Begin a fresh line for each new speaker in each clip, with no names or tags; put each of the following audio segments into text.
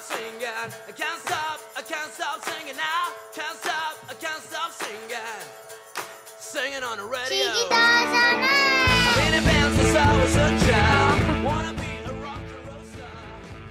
singing. I can't stop, I can't stop singing now. Can't stop, I can't stop singing. Singing on the radio.
Chiquito sonar.
I've been in bands since I was a child. Wanna be a rock and roll star.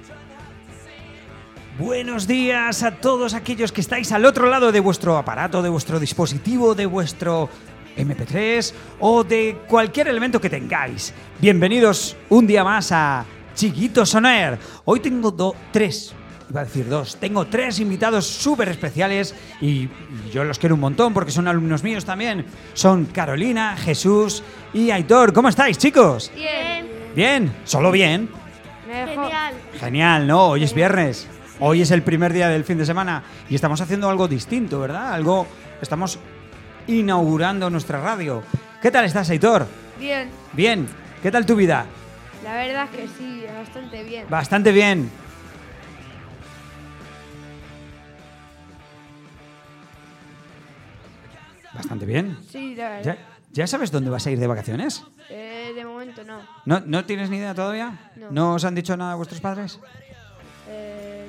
Don't have to sing.
Buenos días a todos aquellos que estáis al otro lado de vuestro aparato, de vuestro dispositivo, de vuestro MP3 o de cualquier elemento que tengáis. Bienvenidos un día más a Chiquito Soner. Hoy tengo do- tres, iba a decir dos, tengo tres invitados súper especiales y y yo los quiero un montón porque son alumnos míos también. Son Carolina, Jesús y Aitor. ¿Cómo estáis, chicos?
Bien.
Bien, solo bien.
Genial.
Genial, ¿no? Hoy es viernes. Hoy es el primer día del fin de semana y estamos haciendo algo distinto, ¿verdad? Algo. Estamos inaugurando nuestra radio. ¿Qué tal estás, Aitor?
Bien.
Bien. ¿Qué tal tu vida?
La verdad es que sí, bastante bien.
Bastante bien. Bastante bien.
Sí, la verdad.
¿Ya, ya sabes dónde vas a ir de vacaciones?
Eh, de momento no.
¿No, no tienes ni idea todavía?
No.
¿No os han dicho nada vuestros padres?
Eh,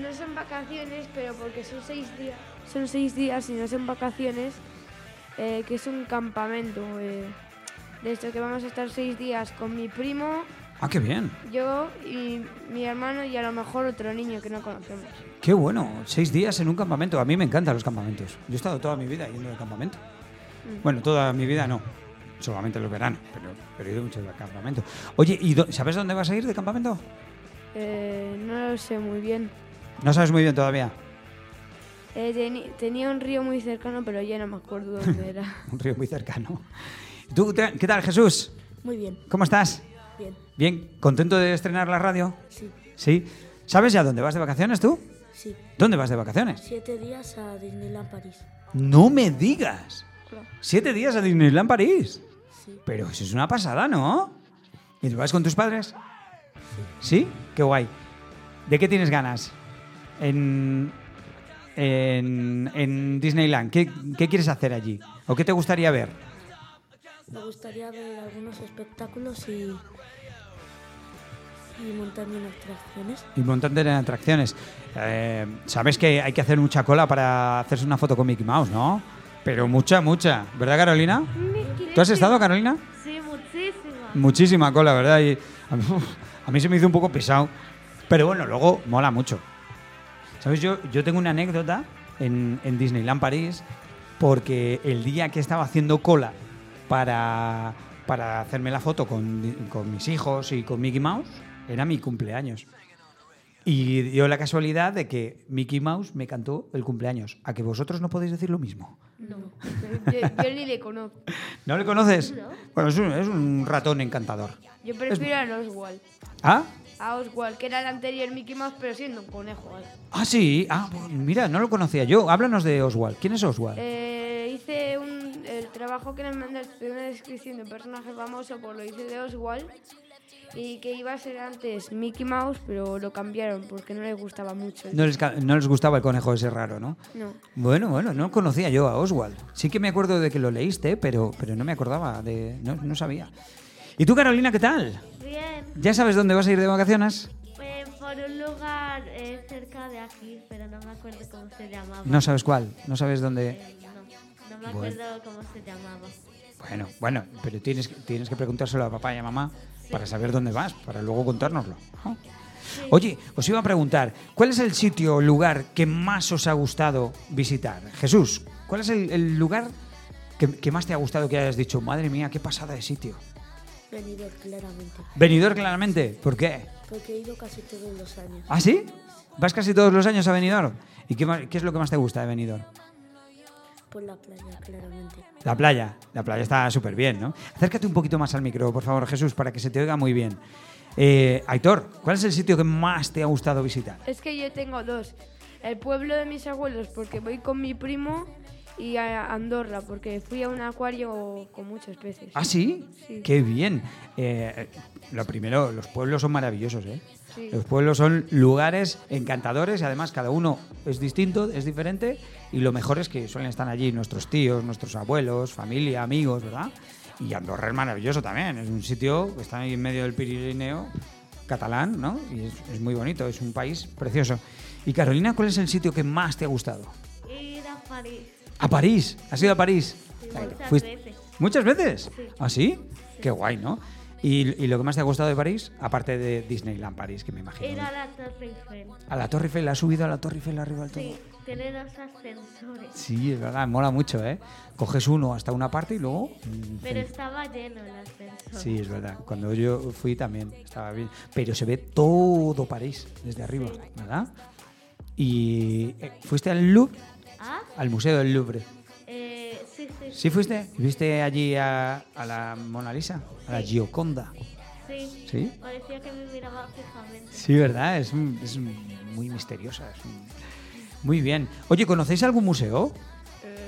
no. no son vacaciones, pero porque son seis días. Son seis días y no son vacaciones, eh, que es un campamento. eh, de esto que vamos a estar seis días con mi primo,
Ah, qué bien.
yo y mi hermano y a lo mejor otro niño que no conocemos.
Qué bueno, seis días en un campamento. A mí me encantan los campamentos. Yo he estado toda mi vida yendo de campamento. Bueno, toda mi vida no, solamente los veranos, pero, pero he ido mucho de campamento. Oye, ¿y dó- sabes dónde vas a ir de campamento?
Eh, no lo sé muy bien.
No sabes muy bien todavía.
Eh, teni- tenía un río muy cercano, pero ya no me acuerdo dónde era.
Un río muy cercano. ¿Tú te- qué tal, Jesús?
Muy bien,
¿Cómo estás?
bien,
¿Bien? ¿Contento de estrenar la radio?
sí,
Sí. ¿Sabes ya dónde vas de vacaciones tú?
sí.
¿Dónde vas de vacaciones?
Siete días a Disneyland París.
No me digas. Siete días a Disneyland París.
Sí,
Pero eso es una pasada, ¿no? ¿Y tú vas con tus padres? Sí. Qué guay. ¿De qué tienes ganas? En, en, en Disneyland, ¿Qué, qué quieres hacer allí? ¿O qué te gustaría ver?
me gustaría ver algunos espectáculos y, y montar bien atracciones.
Y un montón de atracciones. Eh, Sabes que hay que hacer mucha cola para hacerse una foto con Mickey Mouse, ¿no? Pero mucha, mucha. ¿Verdad, Carolina? ¿Tú has estado, Carolina?
Sí, muchísimo.
Muchísima cola, ¿verdad? Y a mí, a mí se me hizo un poco pesado. Pero bueno, luego mola mucho. ¿Sabes? Yo, yo tengo una anécdota en, en Disneyland París porque el día que estaba haciendo cola para, para hacerme la foto con, con mis hijos y con Mickey Mouse, era mi cumpleaños. Y dio la casualidad de que Mickey Mouse me cantó el cumpleaños. A que vosotros no podéis decir lo mismo.
No.
Yo, yo ni le conozco.
¿No le conoces? Bueno, es un, es un ratón encantador.
Yo prefiero a Oswald.
¿Ah?
A Oswald, que era el anterior Mickey Mouse, pero siendo un conejo. ¿eh?
Ah, sí. Ah, pues mira, no lo conocía yo. Háblanos de Oswald. ¿Quién es Oswald?
Eh, hice un, el trabajo que nos mandaste de una descripción de un personaje famoso, pues lo hice de Oswald. Y que iba a ser antes Mickey Mouse, pero lo cambiaron porque no les gustaba mucho.
No, les, ca- no les gustaba el conejo ese raro, ¿no?
No.
Bueno, bueno, no conocía yo a Oswald. Sí que me acuerdo de que lo leíste, pero, pero no me acordaba de... No, no sabía. ¿Y tú, Carolina, qué tal?
Bien,
¿Ya sabes dónde vas a ir de vacaciones?
eh, por un lugar eh, cerca de aquí, pero no me acuerdo cómo se llamaba.
No sabes cuál. No sabes dónde...
Eh, no, no me acuerdo cómo se llamaba.
Bueno, bueno, pero tienes, que- tienes que preguntárselo a papá y a mamá para saber dónde vas, para luego contárnoslo. ¿no? Oye, os iba a preguntar, ¿cuál es el sitio o lugar que más os ha gustado visitar? Jesús, ¿cuál es el, el lugar que, que más te ha gustado que hayas dicho, madre mía, qué pasada de sitio?
Venido claramente.
Venidor, claramente. ¿Por qué?
Porque he ido casi todos los años.
¿Ah, sí? ¿Vas casi todos los años a Venidor? ¿Y qué, más- qué es lo que más te gusta de Venidor?
Por la playa, claramente.
La playa. La playa está súper bien, ¿no? Acércate un poquito más al micro, por favor, Jesús, para que se te oiga muy bien. Eh, Aitor, ¿cuál es el sitio que más te ha gustado visitar?
Es que yo tengo dos. El pueblo de mis abuelos, porque voy con mi primo, y a Andorra, porque fui a un acuario con muchos peces.
¿Ah, sí?
Sí.
¡Qué bien! Eh, lo primero, los pueblos son maravillosos, ¿eh?
Sí.
Los pueblos son lugares encantadores y además cada uno es distinto, es diferente y lo mejor es que suelen estar allí nuestros tíos, nuestros abuelos, familia, amigos, ¿verdad? Y Andorra es maravilloso también, es un sitio que está ahí en medio del Pirineo catalán, ¿no? Y es, es muy bonito, es un país precioso. Y Carolina, ¿cuál es el sitio que más te ha gustado?
Ir a París.
A París, has ido a París. Claro,
muchas veces.
¿Muchas veces? ¿Ah, sí? Qué guay, ¿no? ¿Y, y lo que más te ha gustado de París? Aparte de Disneyland París, que me imagino.
Ir a la Torre Eiffel.
A la Torre Eiffel, ¿has subido a la Torre Eiffel arriba del todo?
Sí, tiene dos ascensores.
Sí, es verdad, mola mucho, ¿eh? Coges uno hasta una parte y luego... mm,
Pero estaba lleno el ascensor.
Sí, es verdad. Cuando yo fui también estaba bien. Pero se ve todo París desde arriba, ¿verdad? Y eh, fuiste al Louvre,
¿Ah?
al Museo del Louvre.
Eh, sí, sí,
¿Sí fuiste? ¿Viste allí a, a la Mona Lisa? A la Gioconda.
sí.
¿Sí?
Parecía que me miraba fijamente.
Sí, ¿verdad? Es, un- es un- muy misteriosa. es un- Muy bien. Oye, ¿conocéis algún museo?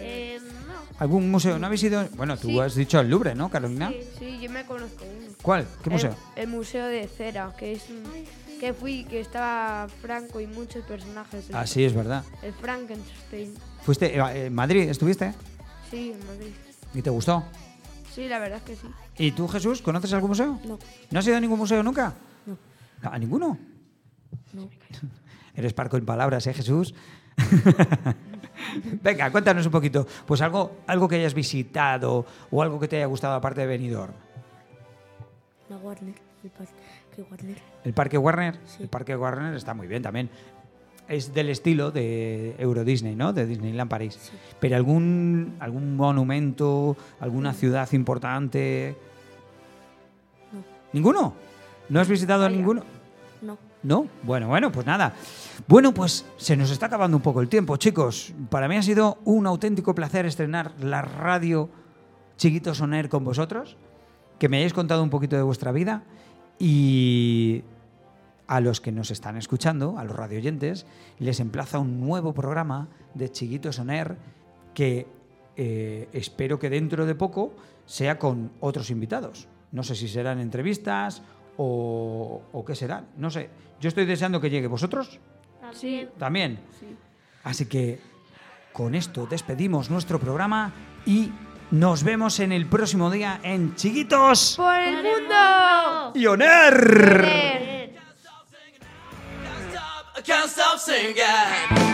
Eh, no.
¿Algún museo? ¿No habéis ido? Bueno, tú has dicho el Louvre, ¿no, Carolina?
Sí, yo me conozco uno.
¿Cuál? ¿Qué museo?
El, el Museo de Cera, que es un- que fui, que estaba Franco y muchos personajes. El,
Ah, sí, es verdad.
el Frankenstein.
¿Fuiste eh, en Madrid? ¿Estuviste?
Sí, en Madrid.
¿Y te gustó?
Sí, la verdad es que sí.
¿Y tú, Jesús, conoces algún museo?
No.
¿No has ido a ningún museo nunca? No. ¿A ninguno?
No.
Eres parco en palabras, ¿eh, Jesús? Venga, cuéntanos un poquito. Pues algo, algo que hayas visitado o algo que te haya gustado aparte de Benidorm.
La Warner. El par- que Warner.
El Parque Warner.
Sí.
El Parque Warner está muy bien también. Es del estilo de Euro Disney, ¿no? De Disneyland París. Pero algún, algún monumento, alguna ciudad importante.
No.
¿Ninguno? ¿No has visitado ninguno?
No.
¿No? Bueno, bueno, pues nada. Bueno, pues se nos está acabando un poco el tiempo, chicos. Para mí ha sido un auténtico placer estrenar la radio Chiquito Soner con vosotros, que me hayáis contado un poquito de vuestra vida y a los que nos están escuchando, a los radioyentes, les emplaza un nuevo programa de Chiquito Soner que eh, espero que dentro de poco sea con otros invitados. No sé si serán entrevistas o, o qué serán. No sé. Yo estoy deseando que llegue. ¿Vosotros?
También.
También. Así que con esto despedimos nuestro programa y nos vemos en el próximo día en Chiquitos
¡Por el mundo!
y Oner.
can't stop, I can't stop singing.